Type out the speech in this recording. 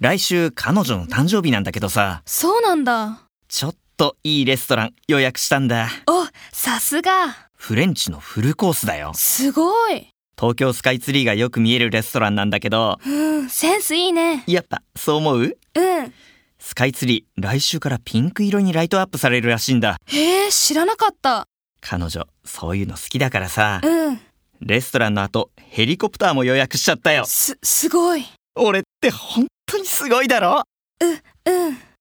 来週彼女の誕生日なんだけどさ、そうなんだ。ちょっといいレストラン予約したんだ。お、さすが。フレンチのフルコースだよ。すごい。東京スカイツリーがよく見えるレストランなんだけど、うん、センスいいね。やっぱそう思ううん。スカイツリー来週からピンク色にライトアップされるらしいんだ。へえ、知らなかった。彼女、そういうの好きだからさ、うん。レストランの後、ヘリコプターも予約しちゃったよ。す、すごい。俺って本当にすごいだろうん。